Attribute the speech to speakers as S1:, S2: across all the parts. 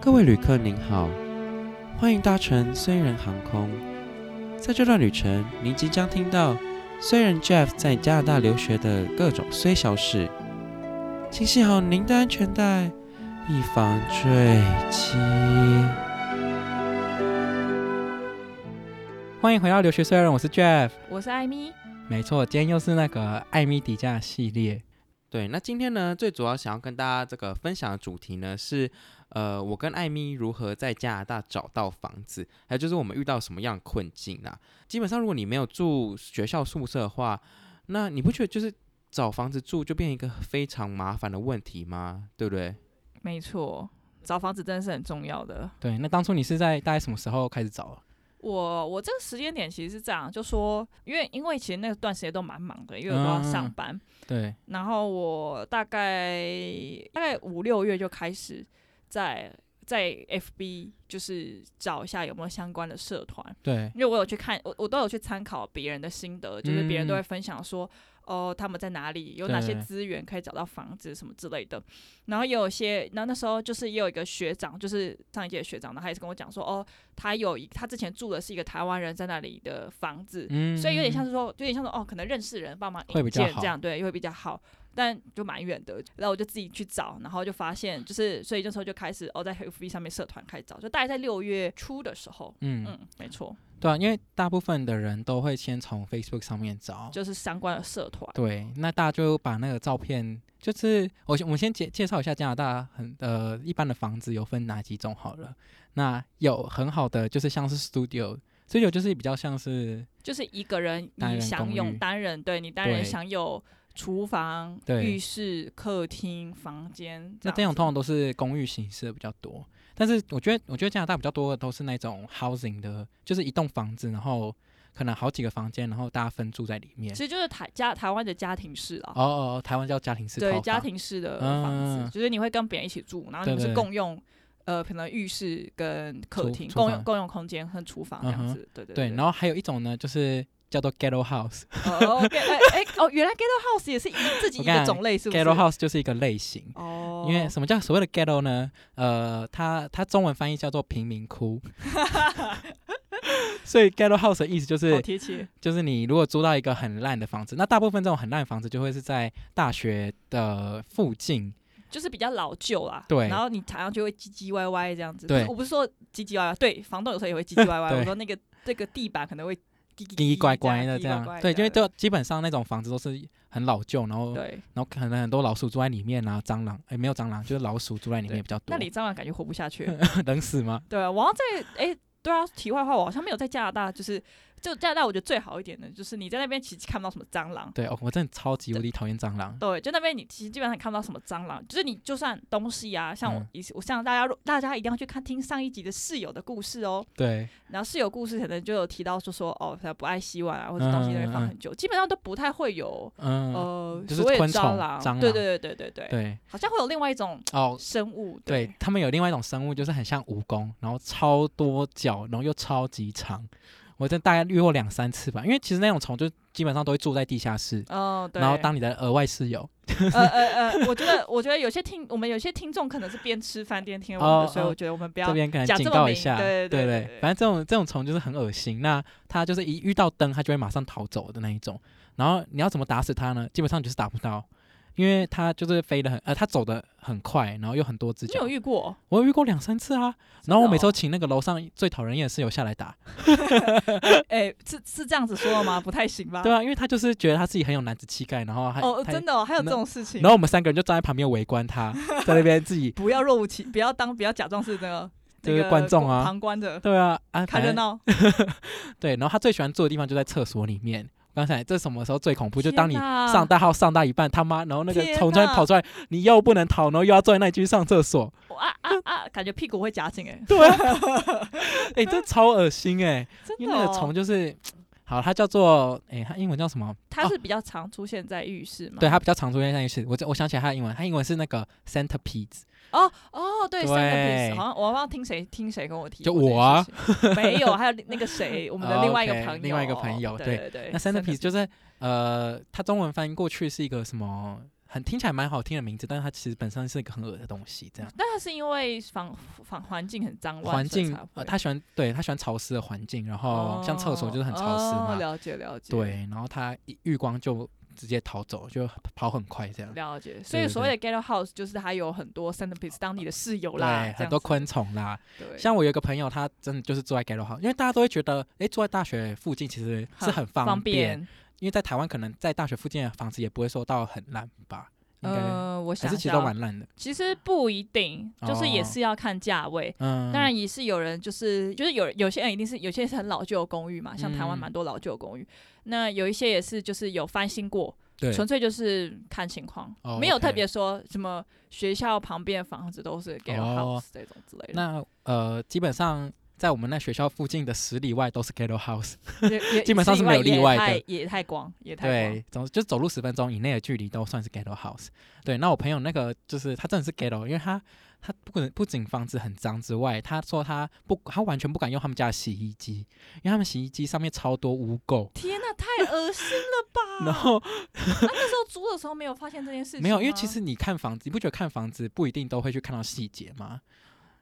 S1: 各位旅客您好，欢迎搭乘虽然航空。在这段旅程，您即将听到虽然 Jeff 在加拿大留学的各种虽小事，请系好您的安全带，以防坠机。
S2: 欢迎回到留学虽然我是 Jeff，
S3: 我是艾米。
S2: 没错，今天又是那个艾米底价系列。
S1: 对，那今天呢，最主要想要跟大家这个分享的主题呢是，呃，我跟艾米如何在加拿大找到房子，还有就是我们遇到什么样的困境啊。基本上，如果你没有住学校宿舍的话，那你不觉得就是找房子住就变一个非常麻烦的问题吗？对不对？
S3: 没错，找房子真的是很重要的。
S2: 对，那当初你是在大概什么时候开始找啊？
S3: 我我这个时间点其实是这样，就说因为因为其实那段时间都蛮忙的，因为我都要上班，
S2: 对，
S3: 然后我大概大概五六月就开始在在 FB 就是找一下有没有相关的社团，
S2: 对，
S3: 因为我有去看，我我都有去参考别人的心得，就是别人都会分享说，哦、他们在哪里，有哪些
S2: 嗯对
S3: 资源可以找到房子什么之类的。然后也有一些，然后那时候就是也有一个学长，就是上一届的学长，然后他也是跟我讲说，哦，他有一他之前住的是一个台湾人在那里的房子，
S2: 嗯
S3: 所以有点像是说，有点像说，哦，可能认识人帮忙
S2: 会
S3: 引
S2: 比较
S3: 荐
S2: 好
S3: 这样，对，会比较好。但就蛮远的，然后我就自己去找，然后就发现就是，所以那时候就开始哦，在 FB 上面社团开始找，就大概在六月初的时候，
S2: 嗯，
S3: 嗯，没错。
S2: 对啊，因为大部分的人都会先从 Facebook 上面找，
S3: 就是相关的社团。
S2: 对，那大家就把那个照片，就是我先我们先介介绍一下加拿大很呃一般的房子有分哪几种好了。那有很好的就是像是 studio。studio 就是比较像是
S3: 就是一个人
S2: 单
S3: 你
S2: 人
S3: 享
S2: 公
S3: 有
S2: 寓
S3: 单人，对你单人
S2: 对
S3: 享有厨房、
S2: 对
S3: 浴室、客厅、房间。
S2: 那
S3: 这
S2: 这
S3: 样
S2: 种
S3: 子
S2: 通常都是公寓形式的比较多，但是我觉得，我觉得加拿大比较多的都是那种 housing 的，就是一栋房子，然后可能好几个房间，然后大家分住在里面
S3: 其。实就是台家台湾的家庭式啊，
S2: 哦哦，哦台湾叫家庭式套
S3: 对
S2: 房
S3: 家庭式的房子，
S2: 嗯
S3: 就是你会跟别人一起住，然后你们
S2: 对
S3: 是
S2: 对
S3: 共用。呃，可能浴室跟客
S2: 厨
S3: 厅
S2: 厨
S3: 共
S2: 房
S3: 用共用空间和厨房这样
S2: 嗯哼
S3: 子，对对
S2: 对，然后还有一种呢，就是叫做 ghetto house。
S3: 哦，OK，哎哎哦，原来 ghetto house 也是一自己
S2: 我
S3: 一
S2: 跟
S3: 个
S2: 你
S3: 种类，是不是
S2: ghetto house 就是一个类型。
S3: 哦，
S2: 因为什么叫所谓的 ghetto 呢？呃，它它中文翻译叫做贫民 窟，所以 ghetto house 的意思就是
S3: 好贴切，
S2: 就是你如果租到一个很烂的房子，那大部分这种很烂的房子就会是在大学的附近，
S3: 就是比较老旧啦，
S2: 对
S3: 然后你常常就会唧唧歪歪这样子。
S2: 对
S3: 不是我不是说唧唧歪歪，对，房东有时候也会唧 唧歪歪。
S2: 对
S3: 我说那个这个地板可能会叽叽
S2: 奇奇怪怪的
S3: 叽
S2: 这
S3: 叽
S2: 样
S3: 怪怪。的
S2: 对，因为都基本上那种房子都是很老旧，然后然
S3: 对。
S2: 后可能很多老鼠住在里面啊，蟑螂哎没有蟑螂，就是老鼠住在里面比较多
S3: 那。里蟑螂感觉活不下去。
S2: 冷死吗？
S3: 对啊，我好像在哎，对啊，题外话，我好像没有在加拿大，就是就加拿大，我觉得最好一点的就是你在那边其实看不到什么蟑螂。
S2: 对，哦，我真的超级无敌讨厌蟑螂。
S3: 对，就那边你其实基本上看不到什么蟑螂，就是你就算东西啊，像我
S2: 嗯
S3: 以我像大家如大家一定要去看听上一集的室友的故事哦，
S2: 对，
S3: 然后室友故事可能就有提到说说哦，他不爱洗碗啊，或者东西在那边放很久，基本上都不太会有
S2: 嗯，
S3: 呃
S2: 就是
S3: 所谓的
S2: 昆虫
S3: 蟑螂，
S2: 蟑
S3: 对
S2: 螂
S3: 对对对对对，
S2: 对，
S3: 好像会有另外一种
S2: 哦，
S3: 生物，
S2: 对他们有另外一种生物，就是很像蜈蚣，然后超多脚，然后又超级长。我真的大概遇过两三次吧，因为其实那种虫就基本上都会住在地下室，
S3: 哦对，
S2: 然后当你的额外室友。
S3: 呃呃呃，我觉得我觉得有些听我们有些听众可能是边吃饭边听我们
S2: 哦
S3: 的，所以
S2: 哦
S3: 我觉得我们不
S2: 这
S3: 要
S2: 边可能
S3: 啊讲
S2: 警
S3: 这么
S2: 告一
S3: 明
S2: 下，对
S3: 对对
S2: 对
S3: 对对
S2: 反正这种这种虫就是很恶心，那它就是一遇到灯，它就会马上逃走的那一种。然后你要怎么打死它呢？基本上你就是打不到，因为它就是飞得很呃，它走得很快，然后又很多只
S3: 你
S2: 脚
S3: 有。遇过，
S2: 我有遇过两三次啊，然后我每次
S3: 周
S2: 都请那个楼上最讨人厌的室友下来打，
S3: 哎是是这样子说的吗？不太行吧？
S2: 对啊，因为他就是觉得他自己很有男子气概，然后还
S3: 哦
S2: 他
S3: 真的哦，还有这
S2: 那
S3: 种事情
S2: 然，后我们三个人就站在旁边围观 他，在那边自己
S3: 不要若无其不要当不要假装是那个那
S2: 就是
S3: 个
S2: 观众啊
S3: 旁观者
S2: 对啊啊
S3: 看
S2: 反
S3: 热
S2: 正
S3: 闹，
S2: 对，然后他最喜欢住的地方就在厕所里面。刚才这什么时候最恐怖？就
S3: 天
S2: 当你
S3: 哪
S2: 上大号上到一半，他妈，然后那个
S3: 天
S2: 从突然
S3: 哪
S2: 跑出来，你又不能逃，然后又要坐在那里继续上厕 所，
S3: 哇啊啊，感觉屁股会夹紧哎，
S2: 对、啊， 哎、这超恶心哎、
S3: 真
S2: 因
S3: 的
S2: 为那
S3: 哦
S2: 个虫就是，好，它叫做哎、它英文叫什么？
S3: 它
S2: 哦
S3: 是比较常出现在浴室嘛？
S2: 对，它比较常出现在一起。我我想起来它的英文，它英文是那个 centipede，
S3: 哦哦，对，三个
S2: 对
S3: piece，好像我忘了听谁听谁跟我提
S2: 就
S3: 过这件
S2: 我啊
S3: 事情，没有，还有那个谁，我们的另外一 个
S2: 哦，OK，
S3: 朋友，
S2: 另外一个朋友
S3: 对对，
S2: 那 centipede 就是呃，它中文翻译过去是一个什么？很听起来蛮好听的名字，但是它其实本身是一个很恶的东西。这样
S3: 但他是因为房房环境很脏乱，
S2: 环
S3: 所以
S2: 境
S3: 才，
S2: 呃，
S3: 会
S2: 他喜欢对他喜欢潮湿的环境，然后
S3: 哦
S2: 像厕所就是很潮湿
S3: 哦
S2: 嘛，
S3: 了解了解，，
S2: 对，然后他一遇光就直接逃走，就跑很快这样。
S3: 了解。所以
S2: 对
S3: 所谓的 ghetto house 就是它有很多 centipedes 当你的室友啦，
S2: 对，
S3: 这
S2: 很
S3: 样
S2: 多
S3: 子
S2: 昆虫啦。
S3: 对，
S2: 像我有一个朋友，他真的就是住在 ghetto house，因为大家都会觉得，诶，住在大学附近其实是很方
S3: 方
S2: 便，因为在台湾可能在大学附近的房子也不会说到很烂吧，应该、
S3: 呃，我
S2: 还
S3: 想
S2: 是其实都
S3: 想，
S2: 蛮烂的。
S3: 其实不一定，就是也
S2: 哦
S3: 是要看价位。
S2: 嗯，
S3: 当然也是有人，就是就是有有些人一定是有些是很老旧的公寓嘛，像台
S2: 嗯
S3: 湾蛮多老旧的公寓，那有一些也是就是有翻新过，
S2: 对，
S3: 纯粹就是看情况，
S2: 哦
S3: 没有特
S2: OK
S3: 别说什么学校旁边的房子都是 ghetto
S2: 哦
S3: house 这种之类的，
S2: 那呃，基本上在我们那学校附近的十里外都是 ghetto house，
S3: 也也
S2: 基本上
S3: 是
S2: 是没有例外的
S3: 也太也太广，也太广，
S2: 对，总之就是走路十分钟以内的距离都算是 ghetto house。对，那我朋友那个就是他真的是 ghetto，因为他他不能不仅房子很脏之外，他说他不他完全不敢用他们家的洗衣机，因为他们洗衣机上面超多污垢，
S3: 天哪、太恶心 了吧！
S2: 然后
S3: 啊那时候租的时候没有发现这件事情吗，
S2: 没有，因为其实你看房子，你不觉得看房子不一定都会去看到细节吗？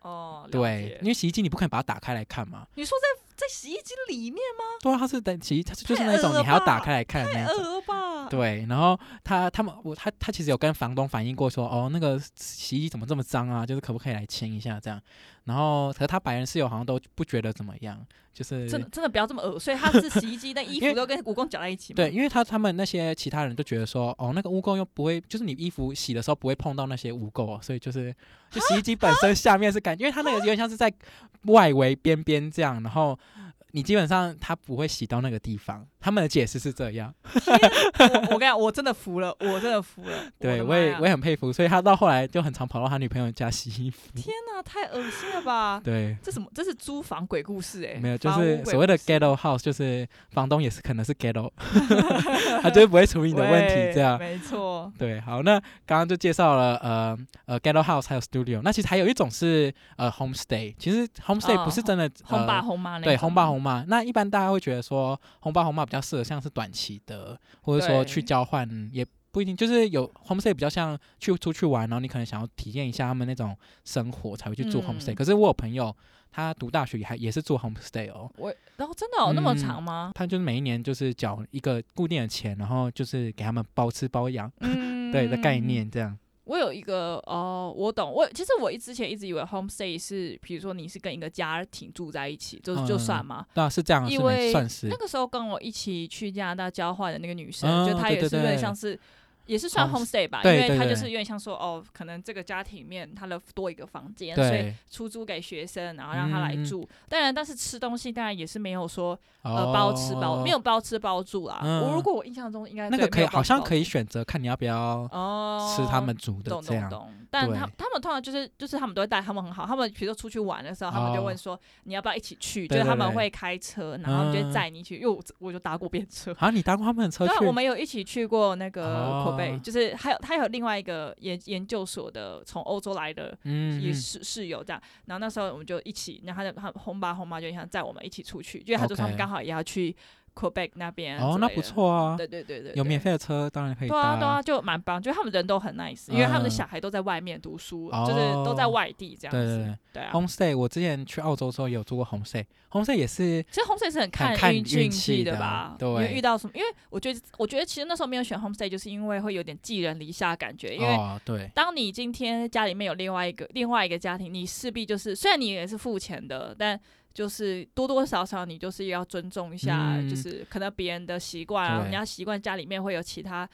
S3: 哦，了
S2: 对
S3: 解，啊
S2: 因为洗衣机你不可能把它打开来看嘛。
S3: 你说在在洗衣机里面
S2: 对啊，它是等洗衣，它是就是
S3: 太
S2: 那种
S3: 恶
S2: 你还要
S3: 吧
S2: 打开来看的那
S3: 太
S2: 一种。
S3: 恶吧？
S2: 对，然后他他们我他他其实有跟房东反映过说，哦，那个洗衣机怎么这么脏啊？就是可不可以来清一下这样？然后和他白人室友好像都不觉得怎么样，就是
S3: 真的真的不要这么恶，所以它是洗衣机，但衣
S2: 因为
S3: 服都跟蜈蚣搅在一起嘛。
S2: 对，因为他他们那些其他人都觉得说，哦，那个污垢又不会，就是你衣服洗的时候不会碰到那些污垢，哦所以就是就洗衣机本 身下面是干，因为它那个有点像是在外围边边这样，然后你基本上它不会洗到那个地方。他们的解释是这样，
S3: 我我跟你讲，我真的服了，我真的服 了。
S2: 对
S3: 我的
S2: 我
S3: 妈
S2: 也
S3: 呀
S2: 我也很佩服，所以他到后来就很常跑到他女朋友家洗衣服。
S3: 天哪、太恶心了 吧！
S2: 对，
S3: 这什么？这是租房鬼故事哎、
S2: 没有，就
S3: 房屋
S2: 是
S3: 鬼
S2: 所谓的
S3: 故事
S2: ghetto house，就是房东也是可能是 ghetto，他就不会处理你的问题
S3: 喂
S2: 这样。
S3: 没错。
S2: 对，好，那刚刚就介绍了呃呃 ghetto house 还有 studio，那其实还有一种是呃 homestay，其实 homestay
S3: 哦
S2: 不是真的、
S3: 红爸
S2: 呃
S3: 红妈那
S2: 对，
S3: 种
S2: 红爸红妈。那一般大家会觉得说，红爸红妈比较适合像是短期的，或者说
S3: 对
S2: 去交换也不一定，就是有 homestay 比较像去出去玩，然后你可能想要体验一下他们那种生活，才会去住 homestay、
S3: 嗯
S2: 可是我有朋友，他读大学也还也是住 homestay 哦，
S3: 我然后真的有、哦那么
S2: 嗯
S3: 长吗？
S2: 他就是每一年就是缴一个固定的钱，然后就是给他们包吃包养，
S3: 嗯，
S2: 对的概。念这样。
S3: 我有一个哦，我懂。我其实我一之前一直以为 homestay 是，比如说你是跟一个家庭住在一起，就、就算吗？
S2: 对啊，是这样，是
S3: 因
S2: 没
S3: 为
S2: 算是
S3: 那个时候跟我一起去加拿大交换的那个女生，
S2: 嗯
S3: 就她
S2: 对
S3: 也
S2: 对
S3: 是有点
S2: 对
S3: 像是。也是算
S2: Homes-
S3: homestay 吧，
S2: 对
S3: 因为
S2: 对
S3: 她就
S2: 对
S3: 是有点像说，哦，可能这个家庭里面她的多一个房间，所以
S2: 对，
S3: 出租给学生，然后让他来
S2: 嗯嗯
S3: 住。当然，但是吃东西当然也是没有说呃
S2: 呃
S3: 包吃包，没有包吃包住啦。我
S2: 嗯
S3: 如果我印象中应该
S2: 那个
S3: 对
S2: 可
S3: 没
S2: 以，
S3: 有包
S2: 好
S3: 吃
S2: 像
S3: 包
S2: 可以
S3: 住
S2: 选择看你要不要
S3: 哦，
S2: 吃他们煮的
S3: 懂
S2: 这
S3: 懂
S2: 样。
S3: 懂，但他
S2: 对
S3: 他们通常就是就是他们都会带他们很好，他们比如说出去玩的时候，他们就问说你要不要一起去，
S2: 哦对
S3: 就是他
S2: 对
S3: 们
S2: 对
S3: 会开车，然后他们就
S2: 嗯
S3: 会载你一起，因为我我就搭过便 车。
S2: 啊，你搭 过他们的车
S3: 对啊，
S2: 去？
S3: 我们有一起去过那个口碑，
S2: 哦
S3: 就是还有他有另外一个研研究所的从欧洲来的
S2: 嗯，
S3: 也
S2: 嗯
S3: 室室友这样，然后那时候我们就一起，然后他就他红爸红妈就想载我们一起出去，因为他就说他们
S2: OK
S3: 刚好也要去 Quebec 那边
S2: 哦，
S3: 之
S2: 那
S3: 类
S2: 不
S3: 的，
S2: 错啊，
S3: 对对对对，
S2: 有
S3: 对
S2: 免费的车当然可以搭。
S3: 对啊，对啊，就蛮棒，就他们人都很 nice，因为他们的
S2: 嗯
S3: 小孩都在外面读书，就是都在
S2: 哦
S3: 外地这样
S2: 对对
S3: 子。
S2: 对
S3: 对啊，
S2: ，homestay 我之前去澳洲的时候也有住过 homestay，homestay 也是
S3: 其实 homestay 是很
S2: 很看
S3: 运
S2: 运
S3: 气
S2: 气的
S3: 吧
S2: 啊？
S3: 因为
S2: 对
S3: 遇到什么？因为我觉得，我觉得其实那时候没有选 homestay，就是因为会有点寄人篱下的感觉，因为。
S2: 哦对，
S3: 当你今天家里面有另外一个另外一个家庭，你势必就是虽然你也是付钱的，但就是多多少少你就是要尊重一下，
S2: 嗯
S3: 就是可能别人的习惯啊，
S2: 对
S3: 你要习惯家里面会有其他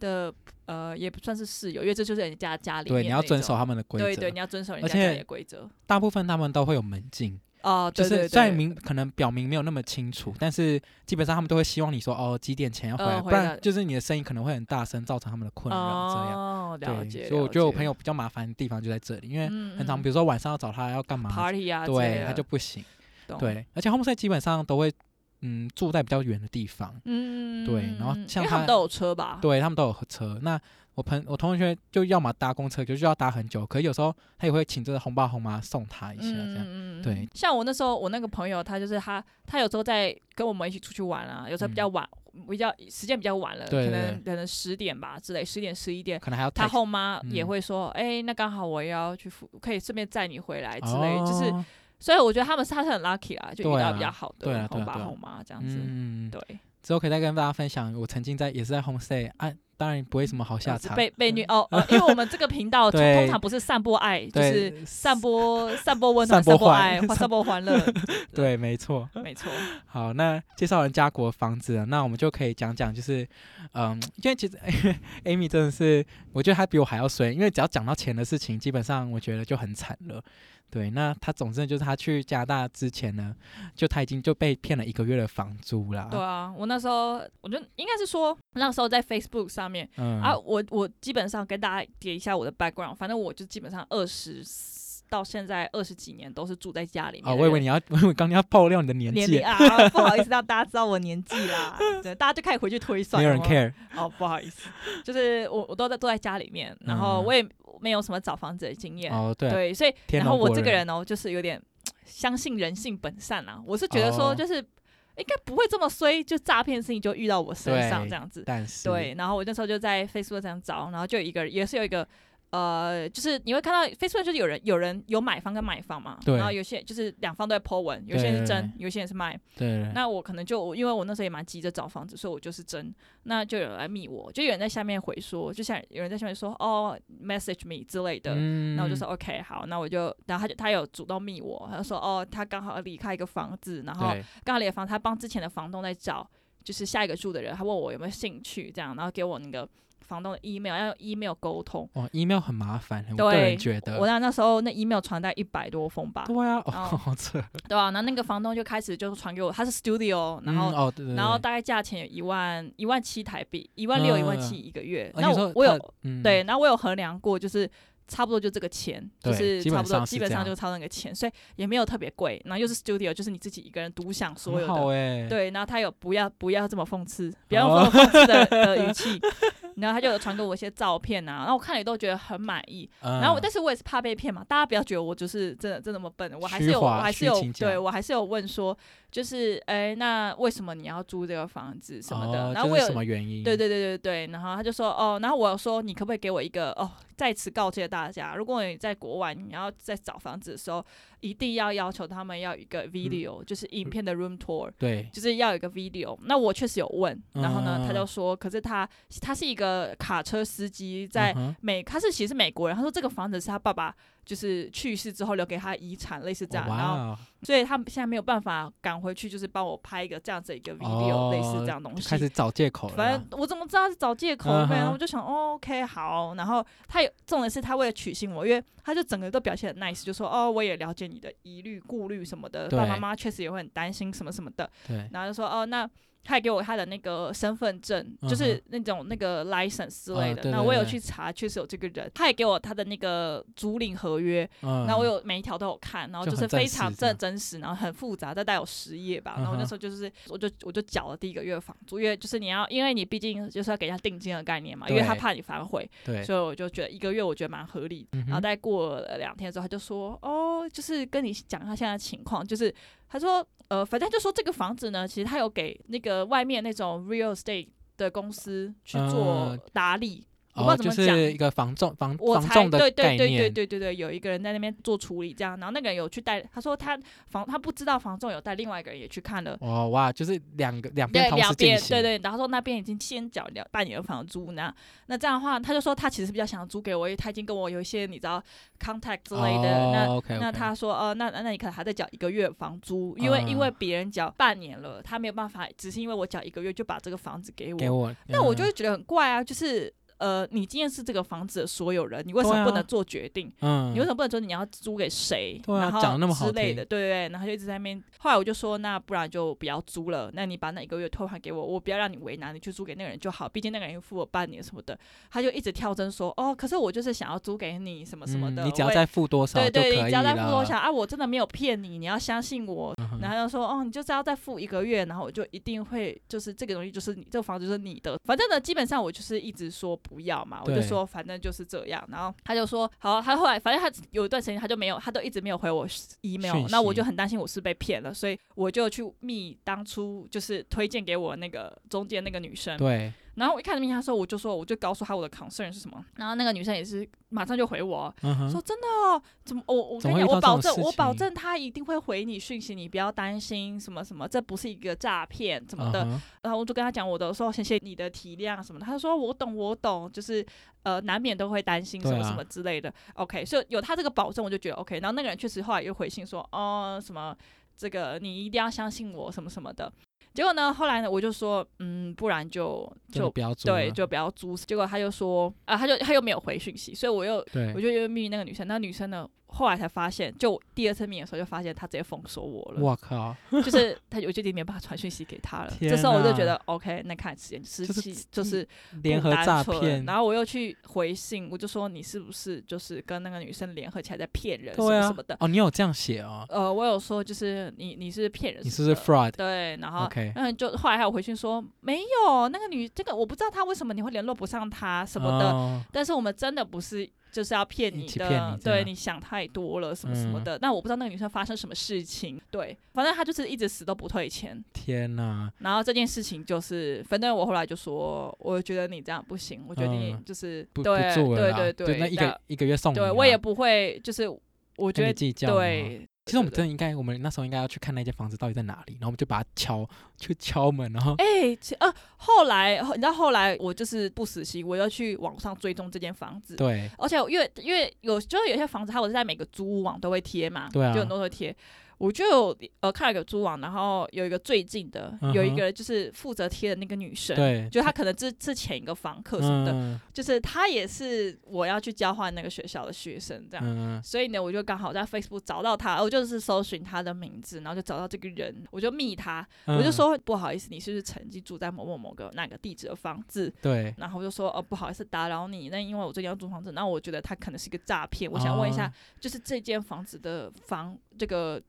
S3: 的呃，也不算是室友，因为这就是人家家里
S2: 对，
S3: 面
S2: 你要
S3: 那种
S2: 遵守他们的规
S3: 对对，
S2: 则
S3: 你。要遵守人
S2: 而
S3: 家家
S2: 且
S3: 里的规则
S2: 大部分他们都会有门禁，
S3: 哦，
S2: 就
S3: 对对
S2: 是
S3: 对
S2: 虽然明可能表明没有那么清楚，但是基本上他们都会希望你说哦几点前要回
S3: 呃
S2: 来，不
S3: 回来
S2: 然就是你的声音可能会很大声，造成他们的困扰这样。
S3: 哦，了
S2: 对，
S3: 解。
S2: 所以我
S3: 了
S2: 觉得我
S3: 解
S2: 朋友比较麻烦的地方就在这里，因为
S3: 嗯
S2: 很常，
S3: 嗯
S2: 比如说晚上要找他要干嘛，
S3: party 啊之类的，
S2: 对他就不行。
S3: 懂，
S2: 对，而且 homestay 基本上都会嗯住在比较远的地方，
S3: 嗯，
S2: 对然后
S3: 嗯
S2: 像
S3: 因为他
S2: 他
S3: 们都有车吧，
S2: 对他们都有车。那我朋我同学就要么搭公车，就是要搭很久，可有时候他也会请这个红爸红妈送他一下这样。
S3: 嗯嗯嗯
S2: 对，
S3: 像我那时候，我那个朋友，他就是他，他有时候在跟我们一起出去玩啊，有时候比较晚，比较时间比较晚了，
S2: 嗯对
S3: 可
S2: 对
S3: 能可能十点吧之类，十点十一点，
S2: 可能还要
S3: 他
S2: 太
S3: 后妈也
S2: 嗯
S3: 会说，哎、那刚好我也要去服，可以顺便载你回来之类，就是，
S2: 哦
S3: 所以我觉得他们是他是很 lucky 啦，就遇
S2: 对
S3: 到
S2: 啊
S3: 比较好
S2: 对
S3: 的
S2: 啊对
S3: 后
S2: 啊
S3: 爸
S2: 对啊
S3: 后妈这样子，
S2: 嗯，嗯嗯
S3: 对，
S2: 之后可以再跟大家分享，我曾经在也是在 homestay 啊，当然不会什么好下
S3: 就是
S2: 场，
S3: 被被虐哦、 呃因为我们这个频道
S2: 嗯
S3: 通
S2: 对
S3: 通常不是散播爱，就
S2: 对
S3: 是散播散播温暖、
S2: 散播
S3: 散播
S2: 欢
S3: 爱、散播欢乐，
S2: 对，没错。
S3: 没错，
S2: 好，那介绍完家国房子了，那我们就可以讲讲，就是，嗯，因为其实 Amy 真的是，我觉得她比我还要衰，因为只要讲到钱的事情，基本上我觉得就很惨了。对，那她总之就是她去加拿大之前呢，就她已经就被骗了一个月的房租啦。
S3: 对啊，我那时候我觉得应该是说那时候在 Facebook 上面、
S2: 嗯，
S3: 啊，我我基本上跟大家叠一下我的 background，反正我就基本上二十到现在二十几年都是住在家里面的
S2: 哦，
S3: 人。
S2: 我以为你要，我以为刚刚要爆料你的年
S3: 年
S2: 纪
S3: 龄，啊， 不好意思让大家知道我年纪 啦，对，大家就开始回去推算。
S2: 没有人
S3: 吗
S2: care。
S3: 哦，不好意思，就是我我都在都在家里面，然后
S2: 嗯
S3: 我也没有什么找房子的经验，
S2: 哦，对啊，
S3: 对，所以
S2: 天
S3: 然后
S2: 龙
S3: 我
S2: 国
S3: 这个
S2: 人
S3: 人哦，就是有点相信人性本善啦。我是觉得说，
S2: 哦
S3: 就是、应该不会这么衰，就诈骗事情就遇到我身上
S2: 对
S3: 这样子。
S2: 但是
S3: 对，然后我那时候就在 Facebook 上找，然后就有一个也是有一个。呃，就是你会看到 Facebook 就是有人有人有买方跟卖方嘛，
S2: 对
S3: 然后有些就是两方都在 po 文，有些人是
S2: 对对
S3: 争，有些人是卖，
S2: 对，
S3: 那我可能就我因为我那时候也蛮急着找房子，所以我就是真，那就有人来密我，就有人在下面回说，就像有人在下面说哦 message me 之类的，
S2: 嗯
S3: 那我就说 OK 好，那我就，然后他就他有主动密我，他就说哦他刚好离开一个房子，然后
S2: 对，
S3: 刚好离开房，他帮之前的房东在找，就是下一个住的人，他问我有没有兴趣这样，然后给我那个房东的 email，要用 email 沟通。
S2: 哦，email 很麻烦，我个
S3: 对
S2: 人觉，得
S3: 我，那那时候那 email 传到一百多封吧，
S2: 对啊，
S3: 哦
S2: 哦， 好扯，
S3: 对啊，然后那个房东就开始就传给我，他是 studio，然
S2: 嗯
S3: 后
S2: 哦，对对，
S3: 然后
S2: 对
S3: 大概价钱有一万一万七台币，一万六一万七
S2: 嗯
S3: 一个月。
S2: 而
S3: 那
S2: 且说
S3: 我我有
S2: 他嗯
S3: 对，然后我有衡量过，就是差不多就这个钱，就
S2: 对
S3: 是
S2: 基
S3: 差
S2: 本
S3: 不多
S2: 上
S3: 基
S2: 是
S3: 本
S2: 这
S3: 上
S2: 样
S3: 就差不多那个钱，所以也没有特别贵。然后又是 studio，就是你自己一个人独享所有
S2: 很好哦
S3: 的。
S2: 哎，
S3: 对，然后他有不要不要这么讽刺，不要用这么讽刺 的的语气，然后他就有传给我一些照片啊，然后我看了也都觉得很满意，
S2: 嗯，
S3: 然后我，但是我也是怕被骗嘛，大家不要觉得我就是真的真的那么笨，我还是
S2: 虚
S3: 有，我
S2: 华
S3: 还是
S2: 虚
S3: 有
S2: 情，假
S3: 对我还是有问说，就是哎，那为什么你要租这个房子什么的？
S2: 哦
S3: 然后
S2: 这
S3: 我
S2: 是
S3: 有
S2: 什，么原因？
S3: 对对对对对，然后他就说哦，然后我有说你可不可以给我一个哦，在此告诫大家，如果你在国外你要在找房子的时候，一定要要求他们要有一
S2: 嗯
S3: 个 video，、就是影片的 room tour。
S2: 对
S3: 就是要有一个 video。那我确实有问，然后呢，
S2: 嗯
S3: 他就说，可是他他是一个卡车司机，在
S2: 嗯哼
S3: 美，他是其实是美国人，他说这个房子是他爸爸就是去世之后留给他遗产，类似这样，
S2: 哦
S3: 然
S2: 哇
S3: 后
S2: 哦
S3: 所以他现在没有办法赶回去，就是帮我拍一个这样子一个 video，、
S2: 哦
S3: 类似这样东
S2: 开
S3: 西。
S2: 始找借口了
S3: 反
S2: 啦，
S3: 正我怎么知道他是找借口？
S2: 嗯哼
S3: 对、然后我就想、哦、，OK，好。然后他有重点是他为了取信我，因为他就整个都表现很 nice，就说哦，我也了解你的疑虑、顾虑什么的，
S2: 对
S3: 爸爸妈妈确实也会很担心什么什么的。
S2: 对，
S3: 然后就说哦，那他也给我他的那个身份证，
S2: 嗯哼
S3: 就是那种那个 license 之类
S2: 啊
S3: 的。
S2: 对
S3: 那
S2: 对
S3: 我有
S2: 对
S3: 去查，确实有这个人，他也给我他的那个租赁合约，
S2: 嗯，
S3: 那我有每一条都有看，然后
S2: 就
S3: 就是
S2: 很真
S3: 非常
S2: 实这样
S3: 真真实，然后很复杂，大概有十页吧。然后我
S2: 嗯
S3: 那
S2: 哼
S3: 时候就是，我就我就缴了第一个月房租，因为就是你要，因为你毕竟就是要给人家定金的概念嘛，因为他
S2: 对
S3: 怕你反悔，
S2: 对，
S3: 所以我就觉得一个月我觉得蛮合理的。
S2: 嗯哼
S3: 然后大概过了两天之后，他就说：“哦，就是跟你讲一下现在的情况，就是他说，呃，反正就说这个房子呢，其实他有给那个外面那种 real estate 的公司去做
S2: 嗯
S3: 打理，我不知道
S2: 哦，
S3: 怎
S2: 就
S3: 么讲
S2: 是一个防重防
S3: 我
S2: 防
S3: 才
S2: 重的
S3: 对
S2: 概
S3: 对对对
S2: 念，
S3: 对对对，有一个人在那边做处理，这样，然后那个人有去带，他说他房他不知道房仲有带另外一个人也去看了。”
S2: 哦哇，就是两个两
S3: 对
S2: 边，同
S3: 两
S2: 时进
S3: 边
S2: 行，
S3: 对对，然后说那边已经先缴了半年的房租呢，那这样的话，他就说他其实比较想租给我，因为他已经跟我有一些你知道 contact 之类的，那
S2: 哦 OK，
S3: 那
S2: OK
S3: 他说，呃，那那你可能还在缴一个月房租，因为、
S2: 嗯
S3: 因为别人缴半年了，他没有办法，只是因为我缴一个月就把这个房子给我。
S2: 给我，
S3: 那我
S2: 嗯
S3: 就会觉得很怪啊，就是呃，你今天是这个房子的所有人，你为什
S2: 对
S3: 么
S2: 啊
S3: 不能做决定？
S2: 嗯，
S3: 你为什么不能说你要租给谁？
S2: 对啊
S3: 然后
S2: 讲得那么好
S3: 之类
S2: 听
S3: 的，对对对。然后他就一直在那边，后来我就说，那不然就不要租了，那你把那一个月退还给我，我不要让你为难，你去租给那个人就好，毕竟那个人又付我半年什么的。他就一直跳针说，哦，可是我就是想要租给你什么什么的，
S2: 嗯你只
S3: 我
S2: 要
S3: 也
S2: 再付多少
S3: 对
S2: 就可以
S3: 对，你只要再付多
S2: 了
S3: 少啊，我真的没有骗你，你要相信我。
S2: 嗯哼
S3: 然后他就说，哦，你就只要再付一个月，然后我就一定会，就是这个东西就是你这个房子就是你的。反正呢，基本上我就是一直说不要嘛，我就
S2: 对
S3: 说反正就是这样。然后他就说好，他后来反正他有一段时间他就没有，他都一直没有回我 email，
S2: 讯
S3: 那我
S2: 息
S3: 就很担心我是被骗了，所以我就去密当初就是推荐给我那个中间那个女生。
S2: 对，
S3: 然后我一看到密她的时候，我就说我就告诉她我的 concern 是什么，然后那个女生也是马上就回我，
S2: 嗯
S3: 说
S2: 哼，
S3: 真的、哦，怎么我我
S2: 怎
S3: 跟
S2: 么
S3: 你
S2: 会遇
S3: 讲，我
S2: 到
S3: 保
S2: 这种
S3: 证
S2: 事
S3: 我保
S2: 情
S3: 证他一定会回你讯息，你不要担心什么什么，这不是一个诈骗怎么
S2: 嗯
S3: 的。
S2: 哼，
S3: 然后我就跟他讲我的，说谢谢你的体谅什么的。他就说我懂我懂，就是呃难免都会担心什
S2: 对
S3: 么
S2: 啊
S3: 什么之类的。OK，所以有他这个保证，我就觉得 OK。然后那个人确实后来又回信说哦什么这个你一定要相信我什么什么的。结果呢，后来呢我就说嗯，不然就
S2: 真的
S3: 就
S2: 不要做了，
S3: 对就不要租。结果他就说啊、他就他又没有回讯息，所以我又
S2: 对
S3: 我，就因为密那个女生，那女生呢，后来才发现，就我第二次密的时候就发现她直接封锁我了，
S2: 我靠，
S3: 就是她我就已经没办法传讯息给她了。
S2: 天
S3: 这时候我就觉
S2: 哪
S3: 得 OK，那看时间时
S2: 就是嗯
S3: 期就是
S2: 联
S3: 不
S2: 合
S3: 单
S2: 诈
S3: 纯
S2: 骗，
S3: 然后我又去回信，我就说你是不是就是跟那个女生联合起来在骗人什
S2: 对
S3: 么
S2: 啊
S3: 什么的，？
S2: 哦，你有这样写哦，
S3: 呃，我有说就是你你是骗人
S2: 你
S3: 什
S2: 是
S3: 么
S2: 不
S3: 的，
S2: 是 fraud？
S3: 对，然后
S2: OK
S3: 嗯，就后来还有回信说没有那个女这个我不知道她为什么你会联络不上她什么的，
S2: 哦
S3: 但是我们真的不是就是要骗你
S2: 一起
S3: 的，
S2: 骗你啊嗯这
S3: 对，
S2: 样
S3: 你想太多了，什么什么的。那、我不知道那个女生发生什么事情，对，反正她就是一直死都不退钱。
S2: 天哪，
S3: 然后这件事情就是，反正我后来就说，我觉得你这样不行，我决定
S2: 嗯
S3: 就是、
S2: 不不
S3: 对
S2: 做了啦，
S3: 对对
S2: 就那一个一个月送你
S3: 对
S2: 啊，
S3: 我也不会，就是我觉
S2: 跟你
S3: 得
S2: 计较嘛，
S3: 对。
S2: 其实我们
S3: 对
S2: 真的应该，我们那时候应该要去看那间房子到底在哪里，然后我们就把它敲，去敲门，然后
S3: 哎、其呃，后来你知道后来我就是不死心，我要去网上追踪这间房 子，
S2: 对
S3: 而且我因为因为有就是有些房子，它我是在每个租屋网都会贴嘛，
S2: 对啊
S3: 就很多都会贴。我就有呃看了一个租网，然后有一个最近的、
S2: 嗯哼
S3: 有一个就是负责贴的那个女生，
S2: 对，
S3: 就她可能之之前一个房客什么的，
S2: 嗯
S3: 就是她也是我要去交换那个学校的学生这样。
S2: 嗯，
S3: 所以呢，我就刚好在 Facebook 找到她，我就是搜寻她的名字，然后就找到这个人，我就密她，
S2: 嗯
S3: 我就说不好意思，你是不是曾经住在某某某个那个地址的房子？
S2: 对，
S3: 然后我就说哦，不好意思打扰你，那因为我最近要租房子，那我觉得它可能是一个诈骗，我想问一下，
S2: 哦
S3: 就是这间房子的房这个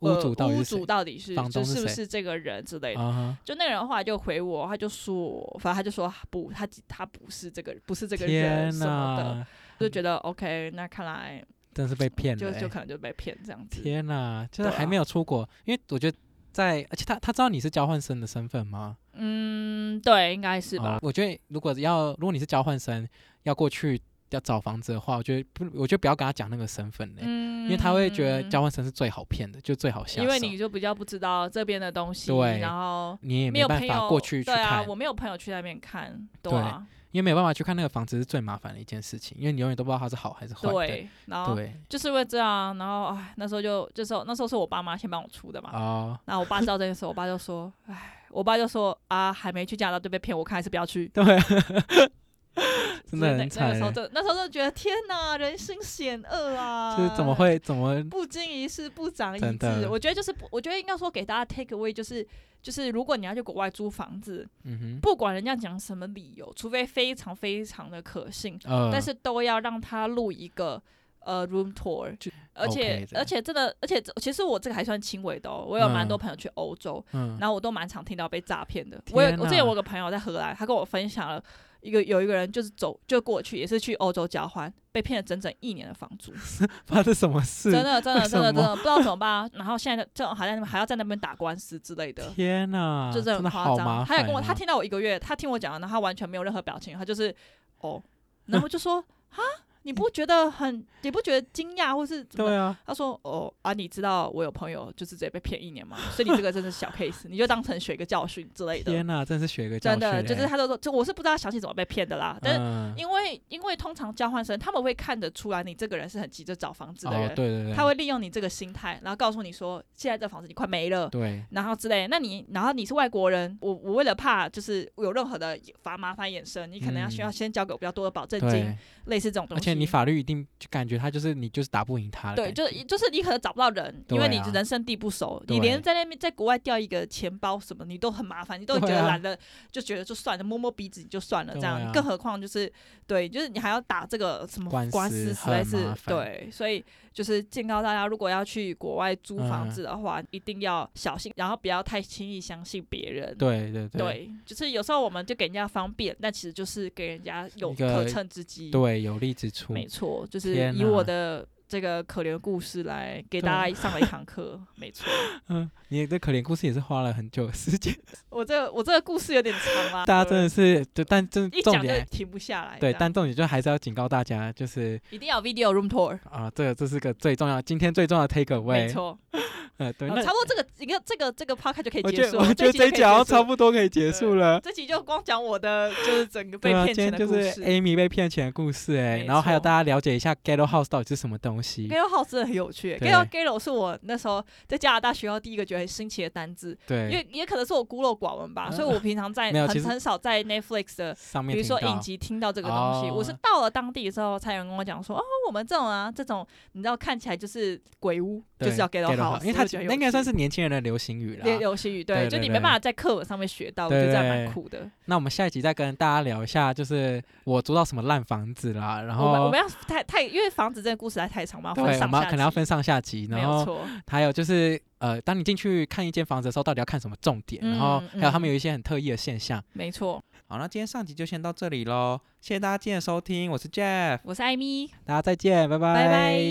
S2: 哦屋主到
S3: 呃、
S2: 底
S3: 屋
S2: 是谁
S3: 主到底是
S2: 房
S3: 就
S2: 东是
S3: 是不
S2: 谁
S3: 是这个人之类的。
S2: 啊哈？
S3: 就那个人后来就回我，他就说，哦反正他就说不，他他不是这个，不是这个人
S2: 天
S3: 什么的，
S2: 哪，
S3: 就觉得 OK，那看来
S2: 真是被骗
S3: 就
S2: 了欸，
S3: 就可能就被骗这样子。
S2: 天哪，就是
S3: 对啊
S2: 还没有出国，因为我觉得在，而且他他知道你是交换生的身份吗？
S3: 嗯，对，应该是吧。
S2: 哦我觉得如果要如果你是交换生要过去要找房子的话，我觉得不，我觉得不要跟他讲那个身份嘞，
S3: 嗯，
S2: 因为他会觉得交换生是最好骗的，就最好下手，
S3: 因为你就比较不知道这边的东西，
S2: 对
S3: 然后
S2: 你也没
S3: 没有
S2: 办
S3: 朋友
S2: 法过去去
S3: 对啊，
S2: 看，
S3: 我没有朋友去那边看，对
S2: 对
S3: 啊，
S2: 因为没有办法去看那个房子是最麻烦的一件事情，因为你永远都不知道它是好还是坏
S3: 对，
S2: 的。
S3: 然后
S2: 对，
S3: 就是因为这样，然后哎，那时候就就是那时候是我爸妈先帮我出的嘛，
S2: 哦，
S3: 然后我爸知道这件事，我爸就说，哎，我爸就说啊，还没去加拿大就被骗，我看还是不要去。
S2: 对，真的
S3: 那
S2: 很
S3: 那个
S2: 惨
S3: 时候
S2: 欸，
S3: 就那时候就觉得天哪，人心险恶啊！
S2: 就是怎么会怎么
S3: 不经一事不长一
S2: 真
S3: 智？
S2: 的
S3: 我觉得就是不，我觉得应该说给大家 take away 就是就是，如果你要去国外租房子，
S2: 嗯
S3: 不管人家讲什么理由，除非非常非常的可信，
S2: 哼呃，
S3: 但是都要让他录一个呃 room tour，
S2: 就
S3: 而且
S2: OK 的
S3: 而且真的，而且这其实我这个还算轻微的哦，我有蛮
S2: 嗯
S3: 多朋友去欧洲，
S2: 嗯
S3: 然后我都蛮常听到被诈骗的。
S2: 天
S3: 我有我之前
S2: 哪
S3: 我有个朋友在荷兰，他跟我分享了一个有一个人就是走就过去，也是去欧洲交换，被骗了整整一年的房租，
S2: 发生什么事？
S3: 真的真的
S2: 为
S3: 真的
S2: 什
S3: 真的不知道怎么办啊。然后现在这种还在那边还要在那边打官司之类的。
S2: 天哪，
S3: 就
S2: 啊真
S3: 很
S2: 的
S3: 夸
S2: 好
S3: 张，
S2: 麻
S3: 他
S2: 烦
S3: 也
S2: 哦。
S3: 跟我，他听到我一个月，他听我讲完，然后他完全没有任何表情，他就是哦，然后我就说啊，你不觉得很，你不觉得惊讶或是怎么
S2: 对？啊，
S3: 他说：“哦啊，你知道我有朋友就是直接被骗一年嘛，所以你这个真的是小 case，你就当成学一个教训之类的
S2: 天。哪，真是学个教训
S3: 真的，
S2: 欸，
S3: 就是他都说，就我是不知道详细怎么被骗的啦，但是
S2: 嗯
S3: 因为因为通常交换生他们会看得出来你这个人是很急着找房子的
S2: 哦，
S3: 人，
S2: 对对对，
S3: 他会利用你这个心态，然后告诉你说现在这房子你快没了，
S2: 对
S3: 然后之类，那你然后你是外国人，我我为了怕就是有任何的法麻烦衍生，你可能要
S2: 嗯
S3: 需要先交给我比较多的保证金
S2: 对，，
S3: 类似这种东
S2: 而
S3: 西。
S2: 且你法律一定就感觉他就是你就是打不赢他的
S3: 对，
S2: 感觉，
S3: 就是就是你可能找不到人，因
S2: 对
S3: 为
S2: 啊
S3: 你人生地不熟，
S2: 对啊
S3: 你连在那边在国外掉一个钱包什么，你都很麻烦，你都觉
S2: 对
S3: 得
S2: 啊
S3: 懒得，就觉得就算了，摸摸鼻子就算了这
S2: 对
S3: 样，
S2: 啊
S3: 更何况就是对，就是你还要打这个什么
S2: 官
S3: 官
S2: 司
S3: 司，实
S2: 很
S3: 在是
S2: 麻烦
S3: 对，所以就是警告大家，如果要去国外租房
S2: 嗯
S3: 子的话，一定要小心，然后不要太轻易相信别人。
S2: 对对
S3: 对。就是有时候我们就给人家方便，但其实就是给人家有
S2: 一个
S3: 可乘之机。
S2: 对，有利之处。
S3: 没错，就是
S2: 天
S3: 以我
S2: 哪
S3: 的这个可怜故事来给
S2: 对
S3: 大家上了一堂课。没错，
S2: 嗯，你的可怜故事也是花了很久的时间，
S3: 我这个我这个故事有点长 啦，
S2: 大家真的
S3: 啊对
S2: 是，对，但真
S3: 一
S2: 重
S3: 讲就
S2: 点，
S3: 停不下来这样。
S2: 对，但重点就还是要警告大家，就是
S3: 一定要有 video room tour。
S2: 啊、这个这是个最重要，今天最重要的 take
S3: 没
S2: away。
S3: 错，
S2: 呃，对，
S3: 好
S2: 那
S3: 差不多这个一个这个这个 p a r t 就可以
S2: 我
S3: 结
S2: 觉
S3: 束
S2: 得
S3: 了。
S2: 我觉得
S3: 集
S2: 这
S3: 就
S2: 一
S3: 可以
S2: 集好像
S3: 结束
S2: 差
S3: 了
S2: 不多可以结束了。
S3: 这集就光讲 我的就是整个被
S2: 对啊，
S3: 骗
S2: 今天
S3: 钱的
S2: 就
S3: 故
S2: 是
S3: 事。
S2: Amy 被骗钱的故事哎、
S3: 没
S2: 然后还有
S3: 错
S2: 大家了解一下 Ghetto House 到底是什么东西。
S3: Gale House 真的很有趣
S2: 对
S3: ，Gale Gale 是我那时候在加拿大学校第一个觉得很新奇的单字，因
S2: 对，
S3: 为也可能是我孤陋寡闻吧，
S2: 嗯
S3: 所以我平常 在
S2: 没有其
S3: 很
S2: 实
S3: 很少在 Netflix 的
S2: 上面
S3: 比如
S2: 听
S3: 说
S2: 到
S3: 影集听到这个东西，我是
S2: 哦
S3: 到了当地之后才有人跟我讲说，哦，我们这种啊这种你知道看起来就是鬼屋，就
S2: 对
S3: 是要 Gale
S2: Ghetto
S3: House，
S2: House，因为
S3: 我
S2: 它
S3: 就觉得
S2: 那
S3: 有
S2: 应该算
S3: 趣
S2: 是年轻人的流行语
S3: 流
S2: 啦。
S3: 流行语，
S2: 对
S3: 对，就
S2: 对
S3: 你没
S2: 对
S3: 办法在课本上面学到，我觉
S2: 对
S3: 得这样
S2: 对
S3: 蛮酷的。
S2: 那我们下一集再跟大家聊一下，就是我租到什么烂房子啦，然
S3: 我们我
S2: 后
S3: 们要太太，因为房子这个故事还太长嘛，
S2: 对，
S3: 分
S2: 我
S3: 上
S2: 们
S3: 下
S2: 要可能要
S3: 集
S2: 分上下集，
S3: 没
S2: 然
S3: 有
S2: 后
S3: 错，
S2: 还有就是呃，当你进去看一间房子的时候，到底要看什么重点？然后
S3: 嗯
S2: 还有他们
S3: 嗯
S2: 有一些很特异的现象。
S3: 没错。
S1: 好，那今天上集就先到这里喽，谢谢大家今天的收听，我是 Jeff。
S3: 我是艾米，
S2: 大家再见，拜
S3: 拜
S2: 拜
S3: 拜。